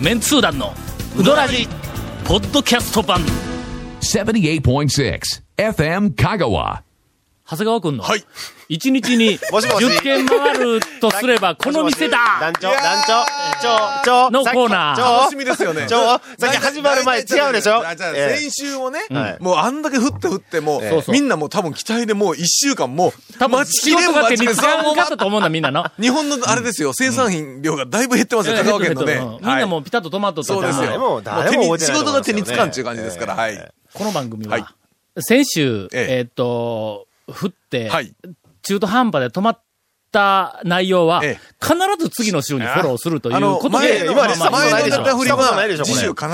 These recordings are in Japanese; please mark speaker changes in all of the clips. Speaker 1: メンツー団のウドラジポッドキャスト版
Speaker 2: 78.6 FM Kagawa.
Speaker 1: 長谷川君の
Speaker 3: はい
Speaker 1: 一日に
Speaker 3: もしもし
Speaker 1: 10件回るとすればこの店だ
Speaker 4: 団長、団長、長、長、
Speaker 1: のコーナー
Speaker 3: 楽しみですよね。
Speaker 4: 長、長、さっき始まる前違うでしょ
Speaker 3: 大体
Speaker 4: ええ
Speaker 3: 先週もね
Speaker 4: は、い
Speaker 3: もうあんだけ降って降って、も
Speaker 4: そう
Speaker 3: う、みんなもう多分期待でもう一週間も
Speaker 1: 多
Speaker 3: う、
Speaker 1: 分
Speaker 3: 待ち
Speaker 1: 仕
Speaker 3: きれ
Speaker 1: 事
Speaker 3: ん
Speaker 1: があって
Speaker 3: 待ちき
Speaker 1: 見
Speaker 3: れ
Speaker 1: つ
Speaker 3: ん
Speaker 1: からんかったと思うんだみんなの
Speaker 3: 日本のあれですよ、生産品量がだいぶ減ってますよ、香川県のね。
Speaker 1: うんみんなもうピタッと止まっとった
Speaker 3: そう
Speaker 1: と
Speaker 3: で
Speaker 1: 思
Speaker 3: す
Speaker 1: う
Speaker 3: よ。
Speaker 1: よ
Speaker 3: も
Speaker 4: も
Speaker 3: う
Speaker 4: う
Speaker 3: 手
Speaker 4: 誰も
Speaker 3: に
Speaker 4: 覚え
Speaker 3: 仕
Speaker 4: てない
Speaker 3: 事
Speaker 4: と思いますよね
Speaker 3: が手につかんっていう感じですから、は
Speaker 4: え
Speaker 3: い。
Speaker 1: この番組
Speaker 3: はい
Speaker 1: は先週
Speaker 3: ええ
Speaker 1: えーっと降って
Speaker 3: はい。
Speaker 1: 中途半端で止まった内容は
Speaker 3: ええ
Speaker 1: 必ず次の週にフォローするという
Speaker 3: あの
Speaker 1: こ、と
Speaker 3: 前
Speaker 1: で
Speaker 3: の、
Speaker 4: 今まあまあ
Speaker 3: 前の
Speaker 4: 前の
Speaker 3: ネタ振り
Speaker 4: したこと
Speaker 3: は
Speaker 4: ないでし、ょこ
Speaker 3: 次
Speaker 4: れ
Speaker 3: 週必ず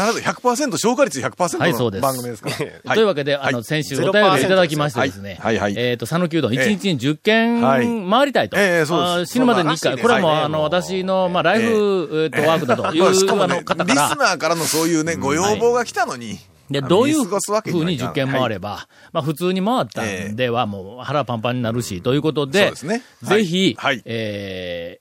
Speaker 3: 100%、消化率
Speaker 1: はいそうで
Speaker 3: 100%の
Speaker 1: す
Speaker 3: 番組ですから。は
Speaker 1: というわけで、
Speaker 3: はい
Speaker 1: あの、先週お便りをいただきましてですね。
Speaker 3: はいはいはい
Speaker 1: えっ、と、讃岐うどん、1日に10軒
Speaker 3: はい
Speaker 1: 回りたいと。
Speaker 3: ええええそうです
Speaker 1: あー死ぬまでに1
Speaker 3: そう
Speaker 1: 回。
Speaker 3: です
Speaker 1: これはもう、
Speaker 3: はい
Speaker 1: あの、私の、まあ、ライフ、えっ、と、ワークだという、
Speaker 3: まあしかも
Speaker 1: あ
Speaker 3: ね、
Speaker 1: の、
Speaker 3: リス
Speaker 1: 方から、
Speaker 3: ナーからのそういうね、ご要望が来たのに。
Speaker 1: で、
Speaker 3: あの
Speaker 1: どういう
Speaker 3: 見過ごすわけ
Speaker 1: ふうに受験
Speaker 3: も
Speaker 1: 回れば、まあ、普通に回ったんでは、もう腹パンパンになるし、ということで、
Speaker 3: そうですねは
Speaker 1: ぜ
Speaker 3: い
Speaker 1: ひ、
Speaker 3: はい
Speaker 1: え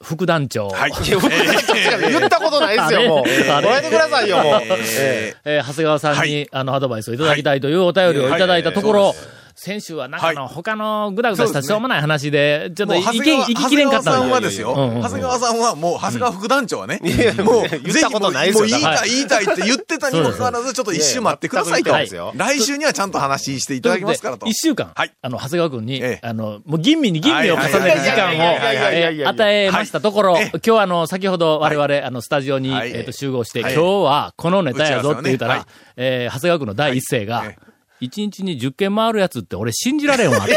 Speaker 1: ー、副団長、
Speaker 3: はい。
Speaker 4: いや僕団長違う言ったことないですよ、もう。
Speaker 1: ええ
Speaker 4: もらえてくださいよ、もう。
Speaker 3: え
Speaker 1: えー長谷川さんに、
Speaker 3: はい
Speaker 1: あの、アドバイスをいただきたいというお便りをいただいたところ、
Speaker 3: はいえー
Speaker 1: 先週はなんかあの、
Speaker 3: は
Speaker 1: 他のぐだぐだした
Speaker 3: そうです
Speaker 1: し
Speaker 3: ね
Speaker 1: ょうもない話で、ちょっと
Speaker 3: もう
Speaker 1: い
Speaker 3: 長
Speaker 1: き
Speaker 3: 谷川
Speaker 1: 行ききれんかった
Speaker 3: 長谷川さん
Speaker 1: ん
Speaker 3: はですよ、
Speaker 1: うんうんうん
Speaker 3: 長谷川さんはもう、長谷川副団長はね、
Speaker 4: や
Speaker 3: もう、
Speaker 4: 言
Speaker 3: ぜ
Speaker 4: っ
Speaker 3: ひ
Speaker 4: た
Speaker 3: も
Speaker 4: こと
Speaker 3: う、も
Speaker 4: ないです
Speaker 3: う
Speaker 4: よ
Speaker 3: 言いた、
Speaker 1: はい
Speaker 3: 言いたいって言ってたにもかかわらず、ちょっと一周待ってくださいと
Speaker 4: いやいや全く言ってないですよ。
Speaker 3: 来週にはちゃんと話していただきますからと。
Speaker 1: 一週間、
Speaker 3: はい
Speaker 1: あの、長谷川君に、
Speaker 3: ええ
Speaker 1: あの、もう吟味に吟味を重ねる
Speaker 3: はいはいはいはい
Speaker 1: 時間を、
Speaker 3: いやいやいや
Speaker 4: いや
Speaker 1: え
Speaker 4: い
Speaker 1: ー
Speaker 4: や
Speaker 1: 与えましたところ、
Speaker 3: はいええ
Speaker 1: 今日はあの、先ほど我々、あの、スタジオに、
Speaker 3: はい
Speaker 1: えーと集合して、
Speaker 3: はい
Speaker 1: 今日はこのネタやぞって言ったら、
Speaker 3: 打ち合わ
Speaker 1: えー長谷川君の第一声が、
Speaker 3: はいえ
Speaker 1: 一日に10件回るやつって俺信じられんわって。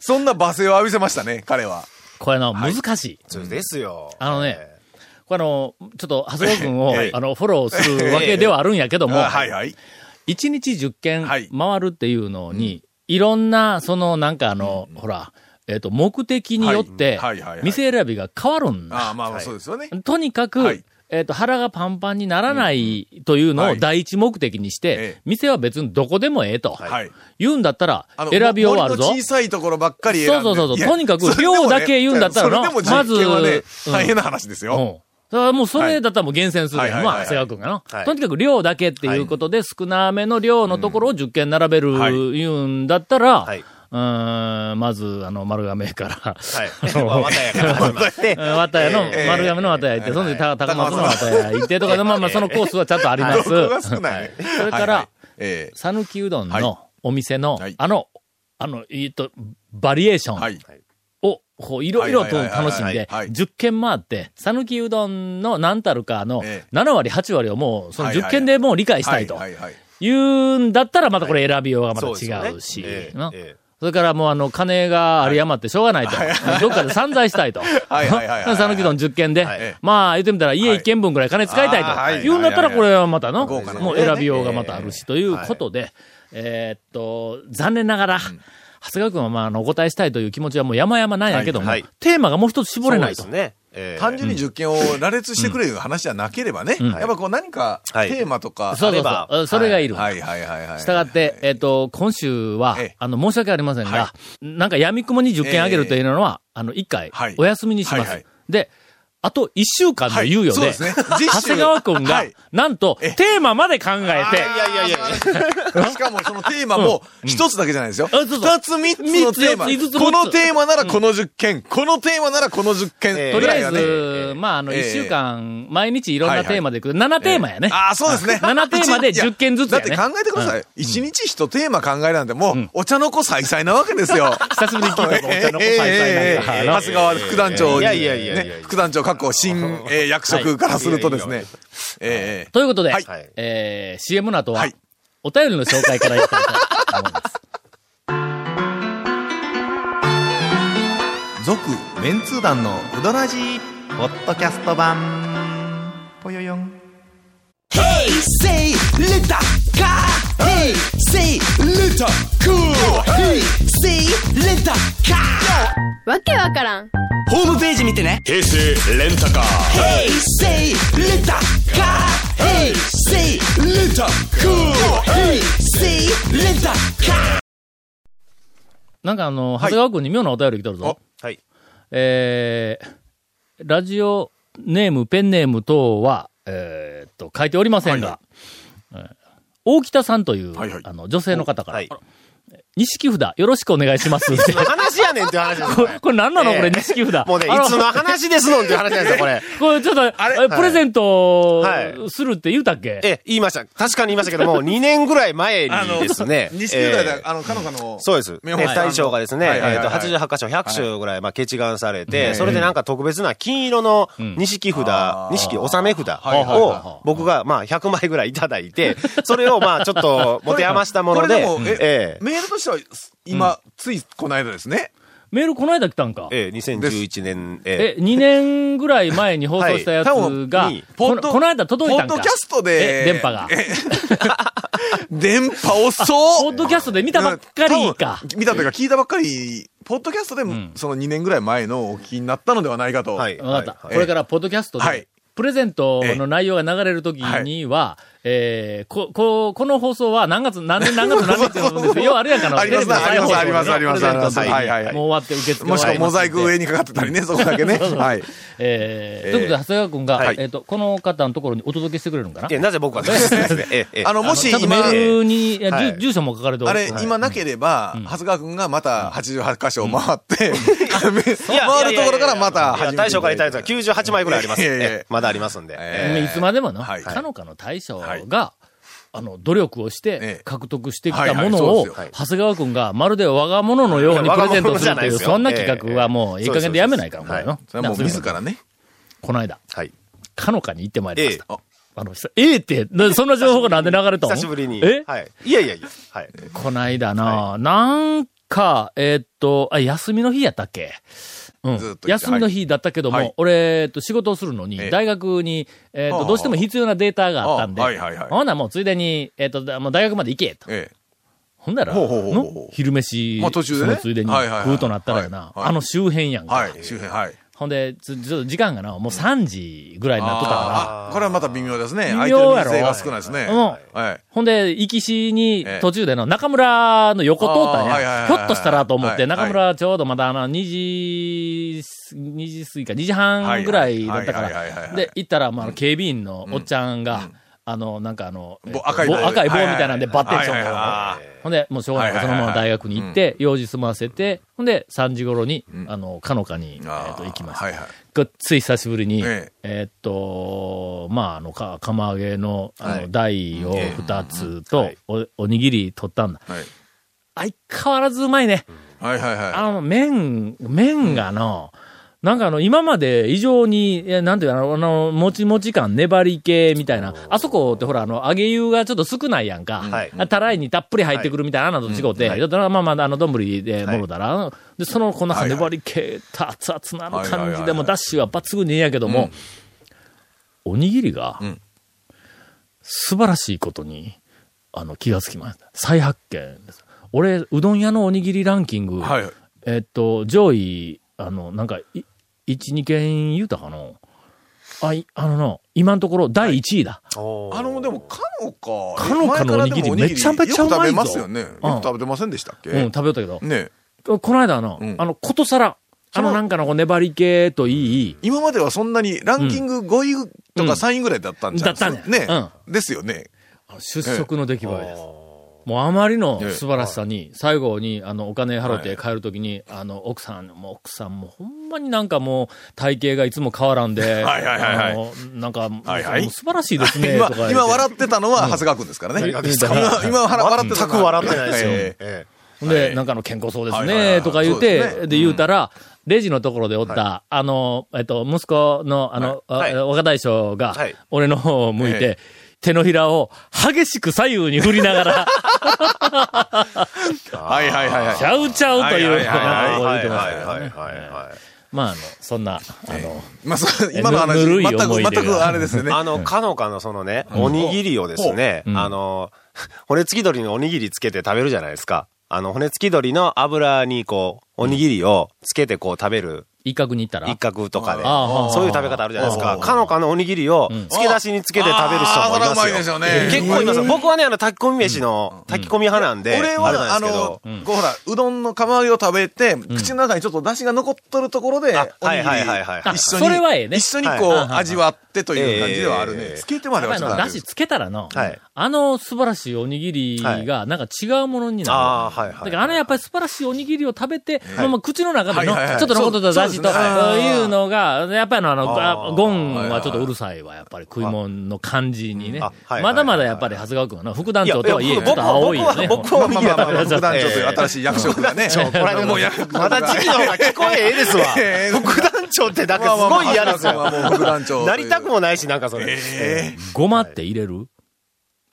Speaker 3: そんな罵声を浴びせましたね、彼は。
Speaker 1: これあの、難しい。
Speaker 4: そうですよ。
Speaker 1: あのね、これあの、ちょっと、長谷川君を
Speaker 3: ええ、
Speaker 1: あの、フォローするわけではあるんやけども、
Speaker 3: あはいはい。
Speaker 1: 一日10件
Speaker 3: はい
Speaker 1: 回るっていうのに、いろんな、その、なんかあの、ほら、えっと、目的によって
Speaker 3: はいはいはいは、い
Speaker 1: 店選びが変わるん
Speaker 3: あ
Speaker 1: だ。
Speaker 3: あ、まあそうですよね。
Speaker 1: とにか
Speaker 3: は
Speaker 1: く
Speaker 3: い、
Speaker 1: えっと、腹がパンパンにならないというの
Speaker 3: は
Speaker 1: を
Speaker 3: い
Speaker 1: 第一目的にし
Speaker 3: え
Speaker 1: て
Speaker 3: え、
Speaker 1: 店は別にどこでもええと。
Speaker 3: はい。
Speaker 1: 言うんだったら
Speaker 3: あ、の
Speaker 1: 選び終わる
Speaker 3: 森
Speaker 1: ぞ
Speaker 3: の。小さいところばっかり選
Speaker 1: そうん
Speaker 3: で
Speaker 1: そうそう
Speaker 3: い
Speaker 1: そう。
Speaker 3: や
Speaker 1: とにかく
Speaker 3: それでもね
Speaker 1: 量だけ言うんだったらな、
Speaker 3: それでも
Speaker 1: ま
Speaker 3: 実験はね
Speaker 1: ず、
Speaker 3: 大変な話です よ。
Speaker 1: うん。だからもうそれだったらもう厳選するやん。
Speaker 3: はい
Speaker 1: まあ、
Speaker 3: はいはい
Speaker 1: 長谷川くんがな、
Speaker 4: はい
Speaker 1: とにかく量だけっていうことで、少なめの量のところを10件並べる、
Speaker 3: はい
Speaker 1: い、うんだったら、
Speaker 4: はいう
Speaker 1: ーん、まず、あの、丸亀から、
Speaker 4: は い。
Speaker 1: あの
Speaker 4: まあ、わたやから始まって。
Speaker 1: うん綿屋の、
Speaker 3: え
Speaker 1: 丸亀の綿屋行って、その時、た高松の綿屋行ってとかで、まあまあ、そのコースはちゃんとあります。
Speaker 3: そこが
Speaker 1: そ
Speaker 3: 少ない。
Speaker 1: れか
Speaker 3: はいは
Speaker 1: ら
Speaker 3: い、、え
Speaker 1: 讃岐うどん
Speaker 3: はい
Speaker 1: のお店の
Speaker 3: はい、
Speaker 1: あの、あの、えっと、バリエーショ
Speaker 3: え
Speaker 1: ン。
Speaker 3: はい。
Speaker 1: を、こう、いろいろと楽しん
Speaker 3: はいはいはい
Speaker 1: で、
Speaker 3: はいはい
Speaker 1: 10軒回って、讃岐うどんの何たるかの
Speaker 3: ええ
Speaker 1: 7割、8割をもう、その
Speaker 3: はいはい
Speaker 1: 10軒でもう理解したいと。
Speaker 3: はいはいはい。
Speaker 1: いうんだったら、またこれ選びようがまた
Speaker 4: そうですよね
Speaker 1: 違うし、
Speaker 4: ええ
Speaker 1: な
Speaker 4: ええ
Speaker 1: それからもうあの、金があり余ってしょうがないと。 どっかで散財したいと。
Speaker 3: はいはいはいは い
Speaker 1: サヌキうどん10軒で、
Speaker 4: はい
Speaker 1: まあ言ってみたら家1軒分ぐらい金使いたいと。
Speaker 3: はいあーはい
Speaker 1: 言うんだったらこれはまたの、
Speaker 3: 豪華な
Speaker 1: もう選びようがまたあるし、ということで、えーっと、残念ながら、長谷川君はまああの、お答えしたいという気持ちはもう山々なんやけども、
Speaker 4: はいはい
Speaker 1: テーマがもう一つ絞れないと。
Speaker 4: そうですね。ええ
Speaker 3: 単純に受験を羅列してくれる話じゃなければね、
Speaker 1: ん
Speaker 3: やっぱこう何か
Speaker 4: はい
Speaker 3: テーマとか、
Speaker 1: そうそう
Speaker 4: あれば
Speaker 1: そううん。それがいる。
Speaker 3: はいはいはいはい。
Speaker 1: したがって、えっ、と、今週は
Speaker 3: ええ、
Speaker 1: あの、申し訳ありませんが
Speaker 3: は、
Speaker 1: なんか闇雲に10件あげるというのは、あの、1回
Speaker 3: はい、
Speaker 1: お休みにしま
Speaker 3: はいは
Speaker 1: す
Speaker 3: い。
Speaker 1: で、あと1週間の猶予
Speaker 3: はいそう
Speaker 1: で、
Speaker 3: ですね実習
Speaker 1: 長谷川君が
Speaker 3: はい、
Speaker 1: なんと、
Speaker 3: え
Speaker 1: テーマまで考え
Speaker 4: いやいやいやいや。
Speaker 3: しかもそのテーマも一つだけじゃないですよ。
Speaker 1: うんうんそうそう
Speaker 3: 二つ三つのテーマ。
Speaker 1: 三つ四つ五つ
Speaker 3: このテーマならこの10件、このテーマならこの10件。
Speaker 4: ええ
Speaker 1: て、とりあえ
Speaker 3: ぐらいがね
Speaker 1: ず、まあ、あの、
Speaker 3: ええ
Speaker 1: 1週間、毎日いろんなテーマでいく。7テーマやね。
Speaker 3: ああ、そうですね。
Speaker 1: 7テーマで
Speaker 3: 一日いや
Speaker 1: 10件ずつやね
Speaker 3: だって考えてください。一日一テーマ考えなんてもう、お茶の子さいさいなわけですよ。
Speaker 1: 久しぶりに聞いたぞ、お茶の子さいさいなんか
Speaker 3: ええええええ
Speaker 1: あの
Speaker 3: 長谷川副団長に、
Speaker 4: いやいやいやいやいや
Speaker 3: ね副団長確保新、えー役職からするとですね、ええ
Speaker 1: ということで、
Speaker 3: はい
Speaker 1: えー、CM の後は、
Speaker 3: はい
Speaker 1: お便りの紹介からいきたいと思 います。
Speaker 3: 続、メンツー団のうどらじ
Speaker 4: ポッドキャスト版、ぽよよん。
Speaker 5: say letter ka hey say letter cool hey say letter ka
Speaker 6: わけわからん
Speaker 5: ホームページ見てね
Speaker 7: 平成レンタカー
Speaker 5: hey say letter ka hey say letter cool hey say letter ka
Speaker 1: なんかあの、長谷川君に妙なお便り来てるぞ。
Speaker 4: はい。
Speaker 1: えー、ラジオネーム、ペンネーム等は、えーっと、書いておりませんが、え
Speaker 3: は
Speaker 1: ー大北さんという、
Speaker 3: はいはい
Speaker 1: あの、女性の方から、
Speaker 7: はい
Speaker 1: あら錦札、よろしくお願いしますって。
Speaker 7: 話やねんっていう話ですよ
Speaker 1: これ、 これ何なの、
Speaker 7: ええ
Speaker 1: これ、錦札。
Speaker 7: もうね、い
Speaker 1: あの
Speaker 7: つの話ですのんっていう話なんですよ、これ。
Speaker 1: これ、ちょっと、あれ
Speaker 3: れ
Speaker 1: プレゼント
Speaker 7: はい
Speaker 1: するって言うたっけ、
Speaker 7: ええ、言いました。確かに言いましたけども、2年ぐらい前にですね。
Speaker 3: 錦浦
Speaker 7: え
Speaker 3: で
Speaker 7: え、
Speaker 3: あの、彼女の。
Speaker 7: そうです。
Speaker 3: 明宝
Speaker 7: え
Speaker 3: さん
Speaker 7: え
Speaker 3: の
Speaker 7: 大将がですね、
Speaker 3: はいはい
Speaker 7: えっ
Speaker 3: はい
Speaker 7: と、
Speaker 3: はい
Speaker 7: 88箇所、100所ぐらい、まあ、ケチガンされ
Speaker 3: え
Speaker 7: て、
Speaker 3: え
Speaker 7: それでなんか特別な金色の錦札、
Speaker 3: あー
Speaker 7: 錦納め札
Speaker 3: はいはいはい
Speaker 7: を、僕が、まあ、100枚ぐらいいただい て、それを、まあ、ちょっと、持て余したもの
Speaker 3: これ
Speaker 7: で
Speaker 3: でも、
Speaker 7: ええ
Speaker 3: え、メールとしては、今、ついこの間ですね。
Speaker 1: メールこの間来たんか。
Speaker 7: ええ、2011年、え
Speaker 1: え、2年ぐらい前に放送したやつが、
Speaker 7: はい
Speaker 1: こ
Speaker 3: 多分
Speaker 1: のこの間届いたんか。
Speaker 3: ポッドキャストで
Speaker 1: え電波が。
Speaker 3: 電波遅
Speaker 1: ポッドキャストで見たばっかりか
Speaker 3: 多。分見たというか聞いたばっかり、ポッドキャストで、その2年ぐらい前のお聞きになったのではないかと。
Speaker 7: え、はい。
Speaker 1: わかった。
Speaker 7: はい
Speaker 1: これから、ポッドキャストで、
Speaker 3: はい
Speaker 1: プレゼントの内容が流れるときには、えーこ、こう、この放送は何月、何年、何月、何日って言うん ですよ。要はあれやから、
Speaker 3: ありますね
Speaker 1: テレビの再放送の
Speaker 3: ありますあります
Speaker 1: プレゼントの時に
Speaker 3: ありますありますはいはいはい
Speaker 1: もう終わって受付
Speaker 3: もしくはモザイク上
Speaker 1: に。
Speaker 3: にかかってたりね、そこだけね。はい。
Speaker 1: えー
Speaker 3: え
Speaker 1: とい
Speaker 3: ー
Speaker 1: うことで、長谷川君が、
Speaker 7: はい
Speaker 1: えっ、と、この方のところにお届けしてくれるんかな
Speaker 7: ええな ぜ僕はですね、ええええ
Speaker 3: あの、もし
Speaker 1: ちゃんとメ
Speaker 3: 今、
Speaker 1: ールに、いや
Speaker 7: はい
Speaker 1: 住住所も書かれてお
Speaker 3: あ
Speaker 1: る
Speaker 3: れ、今なければ、長谷川くんがまた88箇所回って、 回るところからまた
Speaker 7: いや
Speaker 3: 始めていただいて
Speaker 7: 大将からいただいたら98枚ぐらいあります。
Speaker 3: いやいやいや
Speaker 7: ええまだありますんで。
Speaker 3: え
Speaker 1: いつまでもの、
Speaker 3: はい
Speaker 1: かのかの大将が、
Speaker 3: はい
Speaker 1: あの、努力をして
Speaker 3: ええ
Speaker 1: 獲得してき
Speaker 3: はい
Speaker 1: た
Speaker 3: は
Speaker 1: も
Speaker 3: い
Speaker 1: の
Speaker 3: そう
Speaker 1: を、
Speaker 3: ですよ
Speaker 7: はい
Speaker 1: 長谷川くんがまるで我が物のようにプレゼントすると、
Speaker 7: いや我が物じゃないいうですよ
Speaker 1: そんな企画はもう
Speaker 7: え
Speaker 1: い
Speaker 7: え
Speaker 1: い加減でやめないから、
Speaker 7: そう
Speaker 1: こ
Speaker 7: そうそ
Speaker 1: れ
Speaker 7: う
Speaker 1: の。
Speaker 3: それはもう自らね。
Speaker 1: この間、
Speaker 7: はい。
Speaker 1: かのかに行ってまいりまし
Speaker 7: ええ
Speaker 1: た。あの、久ええって、なそんな情報がなんで流れたの
Speaker 7: 久しぶりに。
Speaker 1: え、
Speaker 7: はい。いやいやいや。はい。
Speaker 1: こないだな、なんか、えーっと、あ、休みの日やったっけうん
Speaker 3: ずっ。と
Speaker 1: 休みの日だったけども、
Speaker 3: はい
Speaker 1: 俺、えーっと、仕事をするのに、
Speaker 3: ええ
Speaker 1: 大学に、えーっ
Speaker 3: は
Speaker 1: と、
Speaker 3: あはあ
Speaker 1: どうしても必要なデータがあったんで、
Speaker 3: あはいはいはい
Speaker 1: ほんならもうついでに、えーっと、だもう大学まで行けと。
Speaker 3: え
Speaker 1: ほんなら、
Speaker 3: ほうほうほうほう
Speaker 1: の昼飯、
Speaker 3: まあ途中でね
Speaker 1: そのついでに
Speaker 3: はいはいはい
Speaker 1: 食うとなったらやな、
Speaker 3: はいはい
Speaker 1: あの周辺やん
Speaker 3: え。
Speaker 1: か。
Speaker 3: はい。周辺、はい。
Speaker 1: ほんで、つちょっと時間がな、もう3時ぐらいになっとったから、
Speaker 3: あーこれはまた微妙ですね。
Speaker 1: 微
Speaker 3: 相手
Speaker 1: 妙
Speaker 3: の
Speaker 1: やろ
Speaker 3: 人数が少ないですね。
Speaker 1: うん
Speaker 3: はい。
Speaker 1: ほんで、行きしに
Speaker 3: ええ
Speaker 1: 途中での中村の横通ったん
Speaker 3: あーはいはいはいは
Speaker 1: や。
Speaker 3: い
Speaker 1: ひょっとしたらと思っ
Speaker 3: は
Speaker 1: て、
Speaker 3: い
Speaker 1: 中村ちょうどまだあの、2時、2時過ぎか、2時半ぐらいだったか
Speaker 3: はいはいはいはいはい
Speaker 1: ら。
Speaker 3: はい
Speaker 1: で、行ったら、まあ、警備員のおっちゃんが、あの、なんかあの、えっと
Speaker 3: ぼ赤い棒
Speaker 1: 棒赤い棒みたいなんで
Speaker 3: はいは
Speaker 1: バ
Speaker 3: い
Speaker 1: ッテンしょん
Speaker 3: はいはい
Speaker 1: が
Speaker 3: は
Speaker 1: ほんで、もうしょうがないからそ
Speaker 3: はい
Speaker 1: の
Speaker 3: は
Speaker 1: ま
Speaker 3: いはい
Speaker 1: ま大学に行って、用事済ませて、ほんで、3時頃に、あの、かのかに、え
Speaker 3: あー
Speaker 1: っと、行きました
Speaker 3: はいはい。
Speaker 1: ごっつい久しぶりに、え
Speaker 3: え
Speaker 1: ーっと、まあ、あの、か、釜揚げの、あ
Speaker 7: は
Speaker 1: の、
Speaker 7: い
Speaker 1: 台を
Speaker 7: ええ
Speaker 1: 二つ
Speaker 7: は
Speaker 1: と
Speaker 7: い、
Speaker 1: お、おにぎり取ったんだ。
Speaker 3: はい。
Speaker 1: 相変わらずうまいね。
Speaker 3: はいはいはい。
Speaker 1: あの、麺、麺がの、なんかあの、今まで以上に、えなんていうの、あの、もちもち感、粘り系みたいな。あそこってほら、あの、揚げ湯がちょっと少ないやんか。
Speaker 7: はい
Speaker 1: あたらいにたっぷり入ってくるみたいな、あんなと違うて。
Speaker 7: はい
Speaker 1: だからまあまあ、あの、丼でもろだら、で、その、こんな
Speaker 3: はいはい
Speaker 1: 粘り系、た熱々なあの
Speaker 3: はい
Speaker 1: 感
Speaker 3: はい
Speaker 1: じ
Speaker 3: は
Speaker 1: で
Speaker 3: い
Speaker 1: も、ダッシュは抜群にええんやけども、おにぎりが、
Speaker 3: うん
Speaker 1: 素晴らしいことに、あの、気がつきました。再発見です。俺、うどん屋のおにぎりランキング、
Speaker 3: はい。
Speaker 1: えっと、上位、あの、なんか、い1、2件言うたかなあ、いあのな、今のところ第1位だ。
Speaker 7: おー
Speaker 3: あの、でも、かのか。
Speaker 1: かのかのおにぎり
Speaker 3: 前からでも
Speaker 1: めちゃめちゃうまいぞ
Speaker 3: よく食べますよね。よく食べてませんでしたっけ
Speaker 1: うん、食べよったけど。
Speaker 3: ね
Speaker 1: この間の、
Speaker 3: うん
Speaker 1: あの、ことさら、あの、なんかのこう粘り系といい、
Speaker 3: 今まではそんなにランキング5位と
Speaker 1: うん
Speaker 3: か3位ぐらいだったんじゃないですか
Speaker 1: だったね
Speaker 3: ですよね。
Speaker 1: あの出色の出来栄えです。もうあまりの
Speaker 3: ええ
Speaker 1: 素晴らしさに、最後に、あの、お金払って帰るときに、あの、奥さん、もう奥さんもほんまになんかもう、体型がいつも変わらんで、
Speaker 3: はいはいはいはい
Speaker 1: あの、なんか、
Speaker 3: はいはい
Speaker 1: もう素晴らしいですね、
Speaker 3: 今
Speaker 1: とか、
Speaker 3: 今笑
Speaker 1: っ
Speaker 3: ってたのは長谷川くんですからね。
Speaker 1: うん
Speaker 3: 今、今笑ってた
Speaker 7: 全
Speaker 3: の
Speaker 7: く
Speaker 3: は
Speaker 7: 笑ってないですよ。
Speaker 3: え
Speaker 7: え
Speaker 3: え
Speaker 1: て。
Speaker 7: え
Speaker 1: で、
Speaker 3: はい
Speaker 1: なんかあの健康そうです
Speaker 3: はいはいは
Speaker 1: ね、
Speaker 3: い
Speaker 1: とか言う
Speaker 3: そうです
Speaker 1: て、
Speaker 3: ね
Speaker 1: で言うたら、レジのところでおった、あの、えっと、息子の、あの、
Speaker 7: はい
Speaker 1: あ若大将が
Speaker 7: はい、
Speaker 1: 俺の方を向い
Speaker 3: え
Speaker 1: て、手のひらを激しく左右に振りなが ら、
Speaker 3: はいはいはいはい
Speaker 1: ち。ゃうちゃうという、
Speaker 3: はいはいはいはい
Speaker 1: なんかこう言うてましたけど
Speaker 7: はいはいはいはい。
Speaker 1: まあ、あの、そんな、あの、
Speaker 3: まあ、そう今の話、
Speaker 1: ぬるい
Speaker 3: 全く、
Speaker 1: 思い出が
Speaker 3: 全くあれですよね。
Speaker 7: あの、かのかのそのね、おにぎりをですね、
Speaker 1: うん
Speaker 7: あの、骨付き鶏のおにぎりつけて食べるじゃないですか。あの、骨付き鶏の油にこう、おにぎりをつけてこう食べる
Speaker 1: 一角に行ったら
Speaker 7: 一角とかで
Speaker 1: ああ。
Speaker 7: そういう食べ方あるじゃないです
Speaker 3: あ
Speaker 7: か。かのかのおにぎりを漬け出しにつけて食べる人もい
Speaker 3: あーそれはう
Speaker 7: ま
Speaker 3: ますい
Speaker 7: よ。
Speaker 3: ですよね
Speaker 7: 結構いますよ。僕はね、あの、炊き込み飯の、炊き込み派なんで、
Speaker 3: 俺
Speaker 7: あれ
Speaker 3: は、
Speaker 7: な
Speaker 3: あ
Speaker 7: んですけ
Speaker 3: の
Speaker 7: ど、、
Speaker 3: こうほら、うどんの釜揚げを食べて、口の中にちょっと出汁が残っとるところで、
Speaker 7: あ
Speaker 3: おにぎり
Speaker 7: はいはいはいはいはい
Speaker 3: 一緒に、
Speaker 1: あそれはええね
Speaker 3: 一緒にこう、
Speaker 1: はい
Speaker 3: 味わってという感じではあるね。
Speaker 7: ええ
Speaker 3: つけてまでは
Speaker 1: やっ
Speaker 3: し
Speaker 1: ぱ
Speaker 3: な
Speaker 1: りだ
Speaker 3: かったけ
Speaker 1: し
Speaker 3: ど。
Speaker 1: つけたらの、
Speaker 7: はい
Speaker 1: あの素晴らしいおにぎりが、なんか違うものになる。
Speaker 7: ああ、はい
Speaker 1: だ
Speaker 7: は
Speaker 1: からあ
Speaker 7: い。
Speaker 1: のやっぱり素晴らしいおにぎりを食べて、まあまあ口の中での、
Speaker 3: はいはいはい
Speaker 1: ちょっと残ってただしと、
Speaker 3: そうそうですね
Speaker 1: あーいうのが、やっぱりあの、あの
Speaker 7: あ
Speaker 1: あ
Speaker 7: ー
Speaker 1: ゴンはちょっとうるさいわ、やっぱり食い物の感じにね
Speaker 7: あ。はいはい
Speaker 1: まだまだやっぱり長谷川君はな、副団長とはいえ、ちょっ
Speaker 7: 僕
Speaker 1: と青いよ
Speaker 7: は、
Speaker 1: ね。
Speaker 7: 僕はおに
Speaker 3: まあ
Speaker 7: ぎ
Speaker 3: ま
Speaker 7: りは
Speaker 3: あまあまあ、
Speaker 7: 食べ
Speaker 3: 副団長という新
Speaker 7: しい。
Speaker 3: しい役職がね。もう役職
Speaker 7: ま
Speaker 3: が
Speaker 7: だ時期の方が聞こえええです わ。副団長ってなんかすごい嫌です
Speaker 3: まあまあまあまあもう副団長
Speaker 7: よ。なりたくもないし、なんかそれ。
Speaker 3: ええ
Speaker 1: ごまって入れる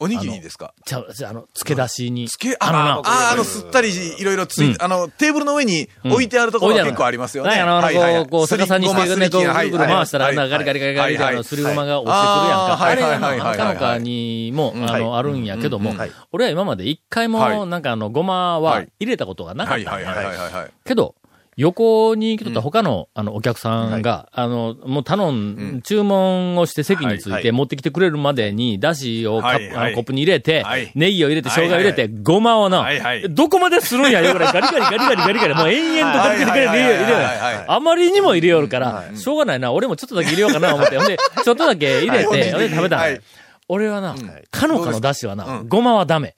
Speaker 3: おにぎりにですか
Speaker 1: ちゃう、ちゃうあの、漬け出しに。
Speaker 3: つけ、
Speaker 1: あ
Speaker 3: あ
Speaker 1: の
Speaker 3: の
Speaker 1: な
Speaker 3: あー、あの、すったりいろいろついて、あの、テーブルの上に置いてあるところ
Speaker 1: 置いてあ
Speaker 3: が
Speaker 1: る
Speaker 3: 結構ありますよね。
Speaker 1: なんかあの
Speaker 3: はいはいはい
Speaker 1: こうこう逆さにしてねこうぐるぐる回したら
Speaker 3: はいはい
Speaker 1: なんかガリガリガリガリ
Speaker 3: はいはい
Speaker 1: あのすりごまが落ちてくるやんか。
Speaker 3: は
Speaker 1: あ
Speaker 3: い
Speaker 1: れ、
Speaker 3: はい
Speaker 1: あ
Speaker 3: はい
Speaker 1: の、
Speaker 3: はい
Speaker 1: かのかにも、
Speaker 3: うん
Speaker 1: あ
Speaker 7: はい
Speaker 1: の、あるんやけども
Speaker 3: うん
Speaker 7: はい、
Speaker 1: 俺は今まで一回
Speaker 3: は
Speaker 1: も、
Speaker 3: い
Speaker 1: なんかあの、ごまは
Speaker 3: はい
Speaker 1: 入れたことがなか
Speaker 3: は
Speaker 1: っ
Speaker 3: い
Speaker 1: たん
Speaker 3: はい
Speaker 1: や。
Speaker 3: はいはいはいはい。
Speaker 1: けど、横に来とった他の、あの、お客さんが、あの、もう頼、
Speaker 3: うんん
Speaker 1: 注文をして席につ
Speaker 7: はいい
Speaker 1: て
Speaker 7: はい
Speaker 1: 持ってきてくれるまでに、だしをカップ
Speaker 3: はいはい
Speaker 1: あのコップに入れて
Speaker 3: はい、
Speaker 1: ネギを入れて、
Speaker 3: はい
Speaker 1: 生
Speaker 3: はい
Speaker 1: 姜を入れて、ごまをな
Speaker 3: はいはい、
Speaker 1: どこまでするんや、いうぐらいガリガリガリガリガリガリ、もう延々とガリガリガリガリ入れよう
Speaker 3: はいはいはいはいはいはい
Speaker 1: あまりにも入れよるから、しょうがないな、俺もちょっとだけ入れようかな、思って。ほんで、ちょっとだけ入れ
Speaker 3: はい
Speaker 1: て、ほんで食べたんや
Speaker 3: はい
Speaker 1: 俺はな、かのかのだしはな
Speaker 3: う、ん
Speaker 1: ごまはダメ。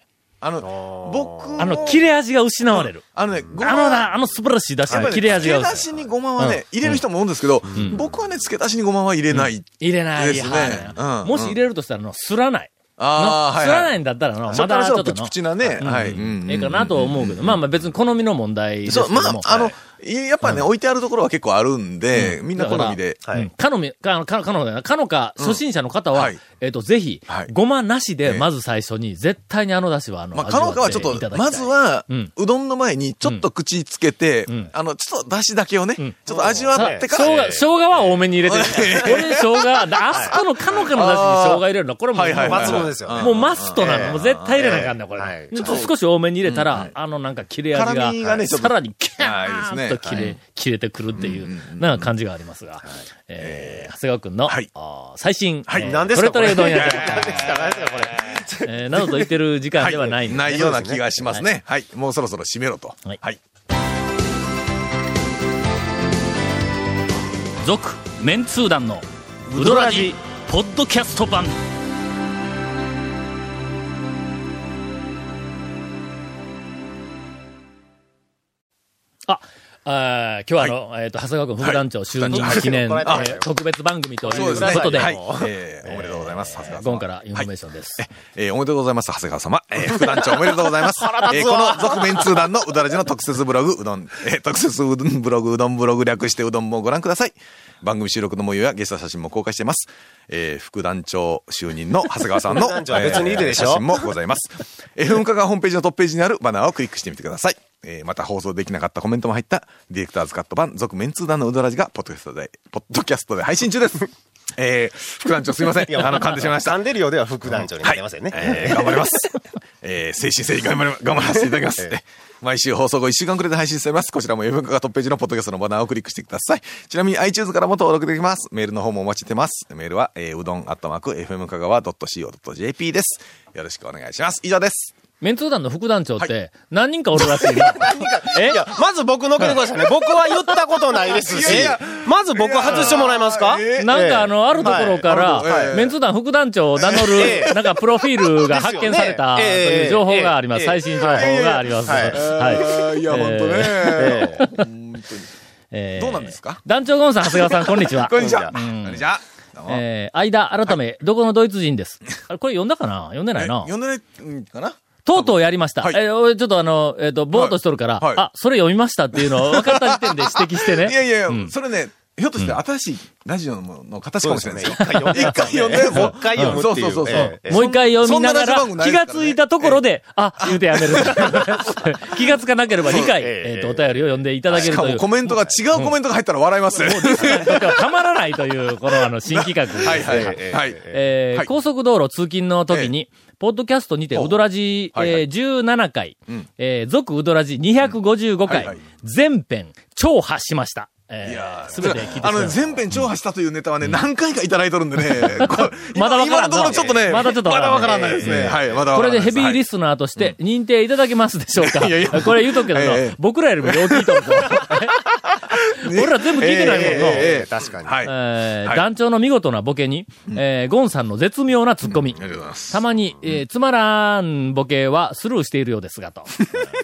Speaker 3: あの、僕も
Speaker 1: あの、切れ味が失われる。
Speaker 3: あのね、ご
Speaker 1: あのな、あの素晴らしいだし
Speaker 3: やっぱ
Speaker 1: の
Speaker 3: り
Speaker 1: 切れ味が
Speaker 3: ね、
Speaker 1: 失
Speaker 3: 漬け出しにごまはね、入れる人も多いんですけど、僕はね、漬け出しにごまは入れない。
Speaker 1: 入れない。
Speaker 3: ですね
Speaker 1: はい
Speaker 3: うん
Speaker 1: もし入れるとしたらの、すらない。
Speaker 3: ああ、
Speaker 1: の
Speaker 3: はい、
Speaker 1: す
Speaker 3: はい。
Speaker 1: らないんだったらの、ま
Speaker 3: 食
Speaker 1: だ
Speaker 3: 感
Speaker 1: ち
Speaker 3: 上
Speaker 1: ょっ
Speaker 3: は
Speaker 1: と
Speaker 3: プ
Speaker 1: の
Speaker 3: チプチなね、
Speaker 1: うん
Speaker 3: はい。
Speaker 1: ええかなと思うけど、まあまあ別に好みの問題です
Speaker 3: そ
Speaker 1: け
Speaker 3: う、
Speaker 1: ども。
Speaker 3: まあ、あの、やっぱね、置いてあるところは結構あるんで、みんな好みで。
Speaker 7: は
Speaker 1: うん
Speaker 7: い。
Speaker 1: かのみ、かの、かの、かの、かのか、初心者の方
Speaker 3: うん
Speaker 1: は
Speaker 3: はい、
Speaker 1: えっと、ぜひ
Speaker 3: は、い
Speaker 1: ごまなしで、
Speaker 3: ええ
Speaker 1: まず最初に、絶対にあの出汁は、あの、
Speaker 3: まあ、かのかはちょ
Speaker 1: 味わ
Speaker 3: って
Speaker 1: いた
Speaker 3: と、
Speaker 1: だきたい
Speaker 3: まず、は
Speaker 1: うん、
Speaker 3: うどんの前にちょっと口つけて
Speaker 1: ん、
Speaker 3: あの、ちょっと出汁だけをね、ち
Speaker 1: う
Speaker 3: ょ
Speaker 1: ん
Speaker 3: っと味わってか
Speaker 1: 生姜、
Speaker 3: ら、
Speaker 1: 生姜は多めに入れてる。俺、生姜、あそこのかのかの出汁に生姜入れるの、これもう、
Speaker 3: はいはいはい
Speaker 7: 抜群ですよね。
Speaker 1: もうマストなの。
Speaker 7: ええ
Speaker 1: もう絶対入れなあかんねん、こ
Speaker 7: は
Speaker 1: れ
Speaker 7: い。
Speaker 1: ちょっと少し多めに入れたら、あのなんか切れ味が
Speaker 3: 辛みが、ねちょっ
Speaker 1: さ
Speaker 3: と
Speaker 1: らにキャ
Speaker 3: はい
Speaker 1: ー
Speaker 3: で
Speaker 1: ン
Speaker 3: す
Speaker 1: と
Speaker 3: ね
Speaker 1: 切
Speaker 3: は
Speaker 1: れ、切れてくるっていう、なんか感じがありますが。えー長谷川くんの
Speaker 3: はい、
Speaker 1: あー最新、
Speaker 3: はい
Speaker 1: えー
Speaker 7: 何です
Speaker 1: ト
Speaker 7: か
Speaker 1: レトレうどん
Speaker 7: こ
Speaker 1: 屋
Speaker 7: れ
Speaker 1: で
Speaker 7: 何ですか何ですかこれ。
Speaker 1: えーなどと言ってる時間ではないんですね
Speaker 3: ないような気がしますね。はい。もうそろそろ締めろと。
Speaker 1: はい
Speaker 3: はい。
Speaker 1: 続メンツー団のウドラジポッドキャスト版ああー今日はあの、えっ、と、長谷川君副団長就任記念、
Speaker 7: はい
Speaker 1: えー特別番組とい
Speaker 3: そう
Speaker 1: う
Speaker 3: で
Speaker 1: こ
Speaker 3: すね。
Speaker 1: とで、
Speaker 3: はい。えーおめでとうございます。長谷川様
Speaker 1: ゴンからインフォメーションです。
Speaker 3: えーおめでとうございます、長谷川様。 えー副団長おめでとうございます。えーこの続面通談のうだらじの特設ブログ、うどん、えー特設うどんブログ、うどんブログ略してうどんもご覧ください。番組収録の模様やゲスト写真も公開しています。えー副団長就任の長谷川さんの、
Speaker 7: 副団長は別にいるでしょ
Speaker 3: えー写真もございます。FM カがホームページのトップページにあるバナーをクリックしてみてください。えーまた放送できなかったコメントも入った、ディレクターズカット版、続面通談のうだらじが、ポッドキャストで、ポッドキャストで配信中です。えー副団長すいません。あの、噛んでしまいました。
Speaker 7: サンデリオでは副団長になりますよね。
Speaker 3: えー頑張り ます。えー、精神性頑張り、頑張らせていただきます。えー毎週放送後1週間くらいで配信しています。こちらも A 文化がトップページのポッドキャストのバナーをクリックしてください。ちなみに iTunes からも登録できます。メールの方もお待ちしてます。メールは、えー、うどんアットマーク FM 香川 .co.jp です。よろしくお願いします。以上です。
Speaker 1: メンツー団の副団長って、何人かおるらしいな。え
Speaker 7: いや、まず僕のけてくださいね。僕は言ったことないですし
Speaker 3: いやいや、
Speaker 7: まず僕は外してもらえますか
Speaker 3: えー
Speaker 1: なんかあの、あるところか
Speaker 3: はいあるとこ
Speaker 1: ら、
Speaker 3: ろ
Speaker 1: メンツ団副団長を名乗
Speaker 7: え
Speaker 1: る、なんかプロフィールが
Speaker 7: です
Speaker 1: 発
Speaker 7: よね
Speaker 1: 見されたと
Speaker 7: ええ
Speaker 1: いう情報がありま
Speaker 7: え
Speaker 1: す。
Speaker 7: え
Speaker 1: 最新情報があります。
Speaker 7: はい
Speaker 1: はい。
Speaker 3: い。い
Speaker 1: え
Speaker 3: や、
Speaker 1: ー
Speaker 3: ほんとね。
Speaker 7: え
Speaker 1: えー
Speaker 3: どうなんですか
Speaker 1: 団長ゴンさん、長谷川さん、こんにちは。
Speaker 3: こんにちは。
Speaker 7: う
Speaker 3: こんにちは。どうも
Speaker 1: えー、間、改め、どこのドイツ人です。あれこれ読んだか な読んでな
Speaker 3: え
Speaker 1: いな。
Speaker 3: 呼んでないんかな
Speaker 1: とうとうやりました。
Speaker 3: はい
Speaker 1: えー俺ちょっとあの、えっ、と、ぼーっとしとるから、
Speaker 3: はいはい
Speaker 1: あ、それ読みましたっていうのを分かった時点で 指摘してね。
Speaker 3: いやいやいや、
Speaker 1: ん
Speaker 3: それね、ひょっとして新しいラジオの形かもしれないです
Speaker 7: そう
Speaker 3: よ。
Speaker 7: です
Speaker 3: 一
Speaker 7: よね一回
Speaker 3: 回読
Speaker 7: 読ん
Speaker 3: んで、
Speaker 7: でもう一回読むっていう
Speaker 3: そうそうそうそう。
Speaker 7: ええ
Speaker 1: もう一回読みながら、
Speaker 3: そんな
Speaker 1: 気がついたところで、あ、言うてや める。 気がつかなければ2回、
Speaker 7: え
Speaker 1: えっ、
Speaker 7: え
Speaker 1: と、お便りを読んでいただけ
Speaker 3: し
Speaker 1: る
Speaker 3: か
Speaker 1: とい
Speaker 3: も
Speaker 1: う。
Speaker 3: コメントが違うコメントが入ったら笑います。はい
Speaker 1: なんかたまらないという、このあの、新企画。
Speaker 3: はいは
Speaker 7: ええ
Speaker 3: い。はい。
Speaker 1: えー
Speaker 3: はい
Speaker 1: 高速道路通勤の時に、ポッドキャストにて、
Speaker 3: ほう
Speaker 1: ウドラジ、
Speaker 3: はいはい
Speaker 1: えー17回、
Speaker 3: ん
Speaker 1: えー続ウドラジ255回、
Speaker 3: はいはい
Speaker 1: 全編、超破しました。え
Speaker 3: や
Speaker 1: ー、
Speaker 3: ー
Speaker 1: すべて聞いてくだ
Speaker 3: あ
Speaker 1: さ
Speaker 3: の、
Speaker 1: い。
Speaker 3: 全編超破したというネタはね、何回かいただいとるんでね、こう
Speaker 1: まだわからんな
Speaker 3: 今のところちょっとね、
Speaker 1: まだちょっとわ
Speaker 3: ま
Speaker 1: からん
Speaker 3: だわからないですね。はい、まだわ
Speaker 1: こ
Speaker 3: から
Speaker 1: れ
Speaker 3: ない
Speaker 1: ですヘビーリスナーとして認定いただけますでしょうか、
Speaker 3: いやいや
Speaker 1: これ言うとくけどな、
Speaker 3: ええ
Speaker 1: 僕らよりも大きいと 思う。俺ら全部聞いてないもんな。
Speaker 3: ええええええ
Speaker 7: 確かに。
Speaker 3: はい。あ
Speaker 1: えー
Speaker 3: はい
Speaker 1: 団長の見事なボケに、えーゴンさんの絶妙なツッコミ。
Speaker 3: りがとうございます。
Speaker 1: たまに、えーつまらんボケはスルーしているようですが、と。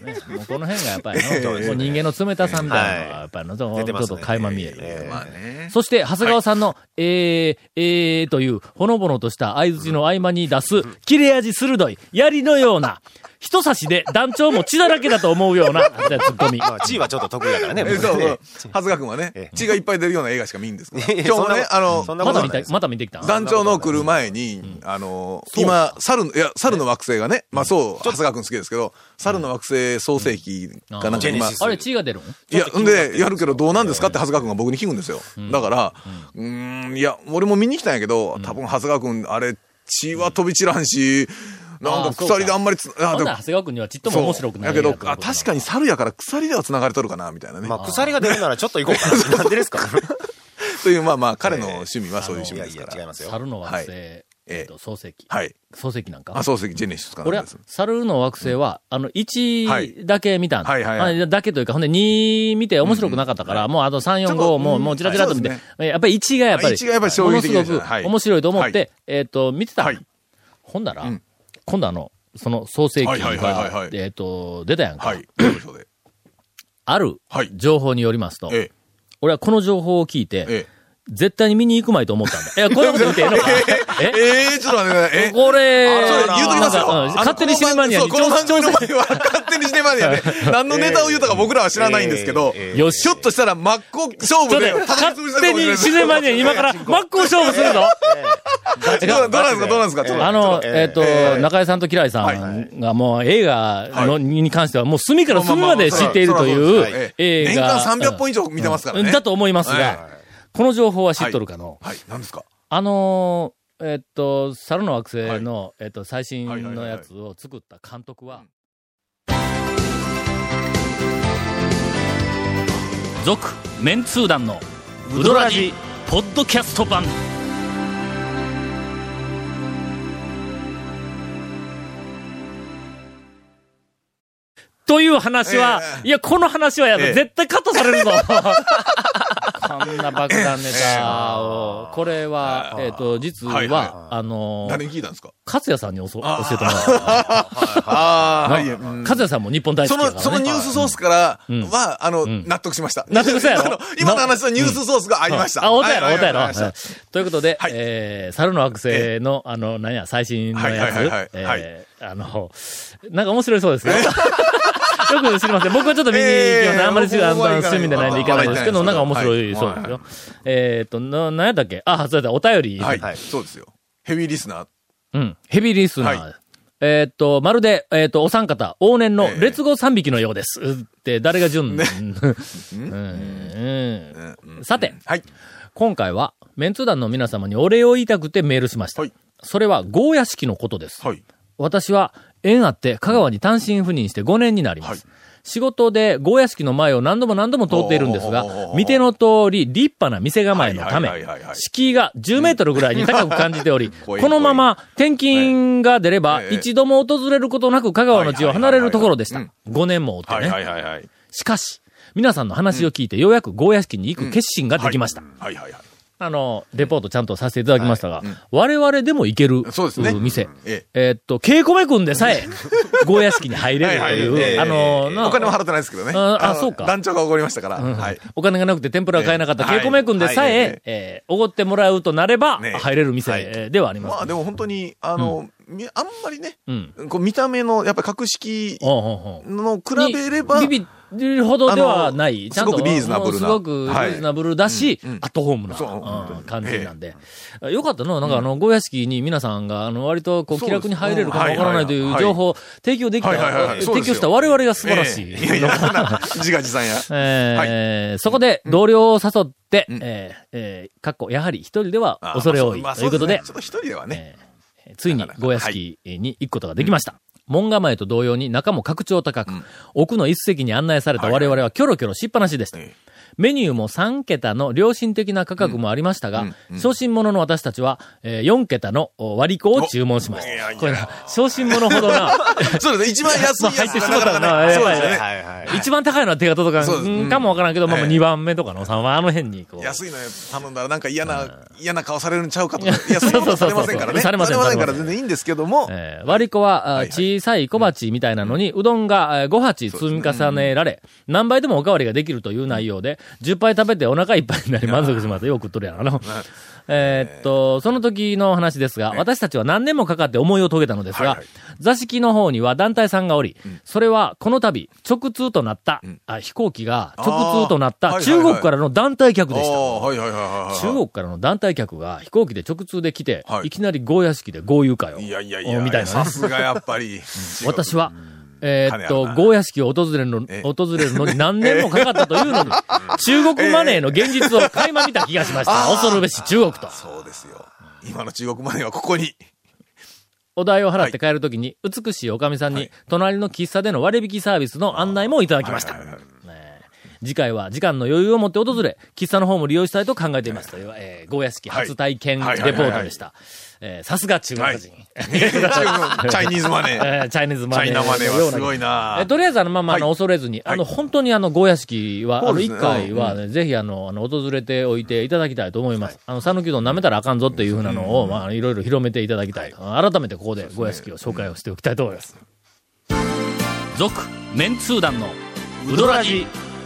Speaker 1: ねもうこの辺がやっぱりの、もう人間の冷たさみたいなのが、やっぱりの、ちょ
Speaker 7: 出てます
Speaker 1: っ
Speaker 7: ね
Speaker 1: と垣間見える。
Speaker 3: まあね。
Speaker 1: そして、長谷川さんの、えー、えーという、ほのぼのとした相槌の合間に出す、切れ味鋭い、槍のような、人差しで団長も血だらけだと思うような、じゃあツッコミ。
Speaker 7: まあ、地位はちょっと得意だからね。
Speaker 3: えそうそ
Speaker 7: 僕ね
Speaker 3: う。はずがくんはね
Speaker 7: え、
Speaker 3: 血がいっぱい出るような映画しか見んですから。
Speaker 7: いや
Speaker 3: 今日もね、あの、
Speaker 7: そんな
Speaker 1: まだ
Speaker 7: ことは
Speaker 1: 見
Speaker 7: ない
Speaker 1: た
Speaker 7: で、す。
Speaker 1: また見てきた
Speaker 3: 団長の来る前に、あの、今、猿の、いや、猿の惑星がね、まあそう、長谷川くん好きですけど、猿の惑星創世記
Speaker 1: あ
Speaker 3: かなんか
Speaker 7: ジェネ
Speaker 3: 今
Speaker 7: シ、ス
Speaker 1: あれ、血が出るん
Speaker 3: いや、んで、やるけどどうなんですかって長谷川くんが僕に聞くんですよ。だから、うーん、いや、俺も見に来たんやけど、多分長谷川くん、あれ、血は飛び散らんし、なん
Speaker 1: あ
Speaker 3: か
Speaker 1: ーそうか
Speaker 3: 鎖であんまりつ、あー
Speaker 1: ほん
Speaker 3: で
Speaker 1: なら
Speaker 3: も
Speaker 1: 長谷川君にはちっと
Speaker 3: そ
Speaker 1: も
Speaker 3: う
Speaker 1: 面白くない
Speaker 3: や
Speaker 1: 映画
Speaker 3: け
Speaker 1: だ
Speaker 3: ど
Speaker 1: と、
Speaker 3: あ、確かに猿やから鎖では繋がれとるかな、みたいなね。
Speaker 7: まあ、鎖が出るならちょっと行こうか な。なんでですか
Speaker 3: という、まあまあ、彼の趣味はそういう趣
Speaker 7: い
Speaker 3: 味
Speaker 7: や
Speaker 3: で
Speaker 7: い
Speaker 3: すか
Speaker 7: や、
Speaker 3: ら。
Speaker 7: 違いますよ。
Speaker 1: 猿の惑星、
Speaker 3: は
Speaker 1: え
Speaker 3: え
Speaker 1: っと、漱石。
Speaker 3: はい。
Speaker 1: 漱石なんか
Speaker 3: あ、漱石ジェネシスかなん
Speaker 1: 俺は
Speaker 3: かですね、
Speaker 1: 猿の惑星は、あの、
Speaker 3: はい
Speaker 1: 1だけ見たん
Speaker 3: はいはいはい
Speaker 1: あだけというか、ほんで2見て面白くなかったから、もうあと3、4、
Speaker 3: ちょっと
Speaker 1: 5、もう、
Speaker 3: うん
Speaker 1: もうちらちらっと見て、
Speaker 3: そうで
Speaker 1: やっぱり1がやっぱり、
Speaker 3: あ一がやっぱり衝撃的
Speaker 1: もの
Speaker 3: で
Speaker 1: す
Speaker 3: した
Speaker 1: ご
Speaker 3: ね
Speaker 1: く
Speaker 3: はい
Speaker 1: 面白いと思って、
Speaker 3: は
Speaker 1: えっ、と、見てた。
Speaker 3: はい
Speaker 1: ほんなら、
Speaker 3: うん
Speaker 1: 今度あの、その創世記が、
Speaker 3: はいはいはいはいはい
Speaker 1: えっ、と、出たやんか。
Speaker 3: はい。事務所で。
Speaker 1: ある
Speaker 3: はい
Speaker 1: 情報によりますと、
Speaker 3: ええ。
Speaker 1: 俺はこの情報を聞いて、
Speaker 3: え
Speaker 1: 絶対に見に行くまいと思ったんだ。いや、こんなこと言ってええのか
Speaker 3: え。ええ、ちょっと待ってください。え
Speaker 1: これ、
Speaker 3: それ言うときます
Speaker 1: なん
Speaker 3: よ。
Speaker 1: かうん
Speaker 3: あの
Speaker 1: 勝手にシネマニアに
Speaker 3: この番
Speaker 1: 調
Speaker 3: 組
Speaker 1: 査
Speaker 3: そうこの番組の前は勝手にシネマ ニアで、何のネタを言うとか僕らは知らないんですけど、
Speaker 7: え
Speaker 1: ーよし
Speaker 3: ひょっとしたら真っ向勝
Speaker 1: ちょ
Speaker 3: 負
Speaker 1: っとね
Speaker 3: で、叩
Speaker 1: 勝
Speaker 3: き潰した
Speaker 1: 手に自然マニアに今から真っ向勝負するぞ
Speaker 3: どうなんですかどうなんですかちょっと
Speaker 1: あの、えっ、と、
Speaker 3: ええ
Speaker 1: 中井さんと嫌いさんがもう映画の、
Speaker 3: はい
Speaker 1: に関してはもう隅から
Speaker 3: まあ
Speaker 1: 隅
Speaker 3: まあまあ
Speaker 1: まで知っていると
Speaker 3: そら
Speaker 1: い
Speaker 3: そうです
Speaker 1: う
Speaker 3: はい
Speaker 1: 映
Speaker 3: 年
Speaker 1: 画。
Speaker 3: 間300本以上見てますからね。
Speaker 1: だと思いますが、
Speaker 3: はい
Speaker 1: この情報は知っとるかの、
Speaker 3: はい、何ですか
Speaker 1: あのー、えっ、と、猿の惑星の、えっ、と、最新
Speaker 3: はいはい
Speaker 1: の
Speaker 3: はいは
Speaker 1: や
Speaker 3: い
Speaker 1: つを作った監督は、続、メンツー団の、ウドラジ、ポッドキャスト版。という話は、
Speaker 3: ええ
Speaker 1: いや、この話はやだ、
Speaker 3: ええ
Speaker 1: 絶対カットされるぞこんな爆弾ネタを、これは、えっ、と、実は、
Speaker 3: はいは
Speaker 1: あの
Speaker 3: 誰
Speaker 1: ー、
Speaker 3: に聞いたん ですか
Speaker 1: 勝也さんに教教
Speaker 3: あー
Speaker 1: えてもらった。
Speaker 3: ああ、はい。
Speaker 1: な
Speaker 3: うん
Speaker 1: 勝也さんも日本大好
Speaker 3: そ
Speaker 1: きだ
Speaker 3: の、
Speaker 1: か
Speaker 3: その
Speaker 1: ら、
Speaker 3: ニ
Speaker 1: ね。
Speaker 3: ュースソースから
Speaker 1: うん
Speaker 3: は、あの、
Speaker 1: ん
Speaker 3: 納得しました。
Speaker 1: 納得したや ろ
Speaker 3: 今の今の話のニュースソースがありました。
Speaker 1: あ、おったやろ、
Speaker 3: はい
Speaker 1: おったやろ。
Speaker 3: わ
Speaker 1: は
Speaker 3: か
Speaker 1: い
Speaker 3: りました
Speaker 1: ということで、
Speaker 3: はい
Speaker 1: えー、猿の惑星の、あの、何や、最新のやつ
Speaker 3: はいはいはいはい、
Speaker 1: えー、あの、なんか面白いそうですけど。 よく知りません。僕はちょっと見に行きません。
Speaker 3: えー
Speaker 1: あんまり知らん、あの
Speaker 3: 僕は行
Speaker 1: 趣
Speaker 3: かない
Speaker 1: 味でないんで行かないですけど、な
Speaker 3: ま
Speaker 1: ん
Speaker 3: あ
Speaker 1: か
Speaker 3: ま
Speaker 1: 面
Speaker 3: あ
Speaker 1: 白いそうですよ。えーっと、な、何やったっけあ、そうだ、お便り。
Speaker 3: はい、
Speaker 7: はい
Speaker 3: そうですよ。ヘビーリスナー。
Speaker 1: うん。ヘビーリスナー。
Speaker 3: はい
Speaker 1: えーっと、まるで、えーっと、お三方、往年の
Speaker 3: ええ
Speaker 1: 劣後三匹のようです。うって、誰が順、
Speaker 3: ね
Speaker 1: うんうん
Speaker 3: うんうん
Speaker 1: さて、
Speaker 3: はい。
Speaker 1: 今回は、メンツー団の皆様にお礼を言いたくてメールしました。
Speaker 3: はい
Speaker 1: それは、ゴーヤ式のことです。
Speaker 3: はい。
Speaker 1: 私は、縁あって、香川に単身赴任して5年になります。
Speaker 3: はい
Speaker 1: 仕事で、ゴーヤ式の前を何度も何度も通っているんですが
Speaker 3: おーおーおーお、ー
Speaker 1: 見ての通り、立派な店構えのため
Speaker 3: はいはいはいはいは、い
Speaker 1: 敷居が10メートルぐらいに高く感じており、こ
Speaker 3: 怖い
Speaker 1: のまま転勤が出れば、
Speaker 3: ええええ
Speaker 1: 一度も訪れることなく香川の地を離れるところでした
Speaker 3: はいは。
Speaker 1: 5年もおって
Speaker 3: はいは
Speaker 1: ね。
Speaker 3: いはいはい。
Speaker 1: しかし、皆さんの話を聞いて、ようやくゴーヤ式に行く決心ができました。
Speaker 3: はいはいは
Speaker 1: あの、レポートちゃんとさせていただきましたが、我々でも行ける
Speaker 3: い。そうですね。
Speaker 1: 店。
Speaker 3: え
Speaker 1: えーっと、稽古目くんでさ え、ゴーヤ式に入
Speaker 3: え。
Speaker 1: れるという、
Speaker 3: ええ
Speaker 1: あの、
Speaker 3: ええ
Speaker 1: な
Speaker 3: お金も払ってないですけどね。
Speaker 1: ああ
Speaker 3: の
Speaker 1: そうか
Speaker 3: 団長が怒りましたから。はい。
Speaker 1: お金がなくて天ぷらが買えなかった
Speaker 3: え
Speaker 1: 稽
Speaker 3: え
Speaker 1: 古目くんでさ
Speaker 3: はいはい
Speaker 1: え、えーおごってもらうとなれば、
Speaker 3: ね
Speaker 1: 入れる店
Speaker 3: はい
Speaker 1: えーではあります。
Speaker 3: まあでも本当に、あの、みあんまりね、
Speaker 1: うん。
Speaker 3: こう見た目の、やっぱり格式
Speaker 1: ほうほうほう
Speaker 3: の比べれば、
Speaker 1: にビビるほどではない。
Speaker 3: あの
Speaker 1: ちゃんと。
Speaker 3: すごくリーズナブルな
Speaker 1: すごくリーズナブルだし、
Speaker 3: はいうんうん
Speaker 1: アットホームな、
Speaker 3: そう本当
Speaker 1: う
Speaker 3: に
Speaker 1: ん感じなんで。よかったな。なんかあの、ゴーヤ式に皆さんが、あの、割とこう、
Speaker 3: そ
Speaker 1: 気
Speaker 3: うで
Speaker 1: 楽
Speaker 3: す
Speaker 1: に入れるかも
Speaker 3: うん
Speaker 1: わからないとい
Speaker 3: はいうはい
Speaker 1: 情報を提供できた、
Speaker 3: はいはいはいはいそう
Speaker 1: 提
Speaker 3: ですよ
Speaker 1: 供した我々が素晴らしい
Speaker 3: ええ。いやいや、そんな自画自賛や。
Speaker 1: えーそこで同僚を誘って、えーえーかっこ、やはり一人では
Speaker 3: あ
Speaker 1: 恐れ多い。
Speaker 3: まあ
Speaker 1: ということで
Speaker 3: そすねちょっと一人ではね。
Speaker 1: えーついにゴーヤ式に行くことができました。門構えと同様に中も格調高く、奥の一席に案内された我々はキョロキョロしっぱなしでした。
Speaker 3: ええ
Speaker 1: メニューも3桁の良心的な価格もありましたが、
Speaker 3: うんうん
Speaker 1: 昇進者の私たちは、えー4桁のお割り子を注文しまし
Speaker 3: おいやい
Speaker 1: た。
Speaker 3: や
Speaker 1: これな、昇進者ほど な、
Speaker 3: そうですね、一番安いやつが
Speaker 1: 入ってしまった
Speaker 3: なか
Speaker 1: ら
Speaker 3: な
Speaker 1: な、
Speaker 3: かね
Speaker 1: やっ
Speaker 3: そう
Speaker 1: ぱ
Speaker 3: で
Speaker 1: り
Speaker 3: す
Speaker 1: ね
Speaker 3: ね。
Speaker 7: はいはい。
Speaker 1: 一番高いのは手形とか、
Speaker 3: そうです
Speaker 1: うんかもわからんけど、まあまあ
Speaker 3: ええ
Speaker 1: 2番目とかの3番、あの辺に、こう。
Speaker 3: 安いの頼んだらなんか嫌な、嫌な顔されるんちゃうかとか、いや、そん
Speaker 1: そ
Speaker 3: な
Speaker 1: う
Speaker 3: こ
Speaker 1: そうそう
Speaker 3: とされませんからね。
Speaker 1: されません
Speaker 3: から全然いいんですけども、
Speaker 1: えー割り子は、あ
Speaker 3: はいはい
Speaker 1: 小さい小鉢みたいなのに、うどんがえー5鉢積み重ねられ、何杯でもおかわりができるという内容で、10杯食べてお腹いっぱいになり満足しますよ。食っとるやろな。えーっと、その時の話ですが、私たちは何年もかかって思いを遂げたのですが、座敷の方には団体さんがおり、それはこの度、直通となった、あ飛行機が直通となっ
Speaker 3: あー
Speaker 1: た
Speaker 3: はいはいは
Speaker 1: 中
Speaker 3: い
Speaker 1: 国からの団体客
Speaker 3: あ
Speaker 1: でした。
Speaker 3: あ、はいはいはいはいはい。
Speaker 1: 中国からの団体客が飛行機で直通で来て、
Speaker 3: はい
Speaker 1: い、きなり豪屋敷で豪遊会を。
Speaker 3: いやいやいや、
Speaker 1: みたいな
Speaker 3: さ
Speaker 1: ね。
Speaker 3: すがやっ ぱり。
Speaker 1: 私は、えーっと
Speaker 3: 金あ、るな
Speaker 1: 豪屋敷を訪れるの
Speaker 3: え、
Speaker 1: 訪れるのに何年もかかったというのに、中国マネーの現実を垣間見た気がしました。恐るべし中国と。
Speaker 3: そうですよ。今の中国マネーはここ に。
Speaker 1: お代を払って帰るときに、美しいおかみさんに、隣の喫茶での割引サービスの案内もいただきました。ねえ次回は時間の余裕を持って訪れ、喫茶の方も利用したいと考えています。という、えー、ゴーヤ式初体験レポ
Speaker 3: はいはいはいはい
Speaker 1: ートでした。えーさすが中国人。
Speaker 3: 中国チャイニーズマネ ー。
Speaker 1: えーチャイニー ズ
Speaker 3: チ
Speaker 1: マ
Speaker 3: ャ
Speaker 1: ネ
Speaker 3: イ
Speaker 1: ー
Speaker 3: ナ
Speaker 1: のような
Speaker 3: マ
Speaker 1: 気
Speaker 3: ネー
Speaker 1: が。
Speaker 3: はすごいな
Speaker 1: えとりあえず、あの、まあまあ、あの、
Speaker 3: はい
Speaker 1: 恐れずに、あの、
Speaker 3: はい
Speaker 1: 本当に、あの、ゴーヤ式は、あ
Speaker 3: そう
Speaker 1: の、
Speaker 3: で
Speaker 1: 一
Speaker 3: すね
Speaker 1: 回は、ぜひ、あの、あの、訪れておいていただきたいと思います。あの、讃岐うどん舐めたらあかんぞっていうふうなのを、まあ、いろいろ広めていただきたい。改めて、ここで、ゴーヤ式を紹介をしておきたいと思います。続、メンツー団の、ウドラジ、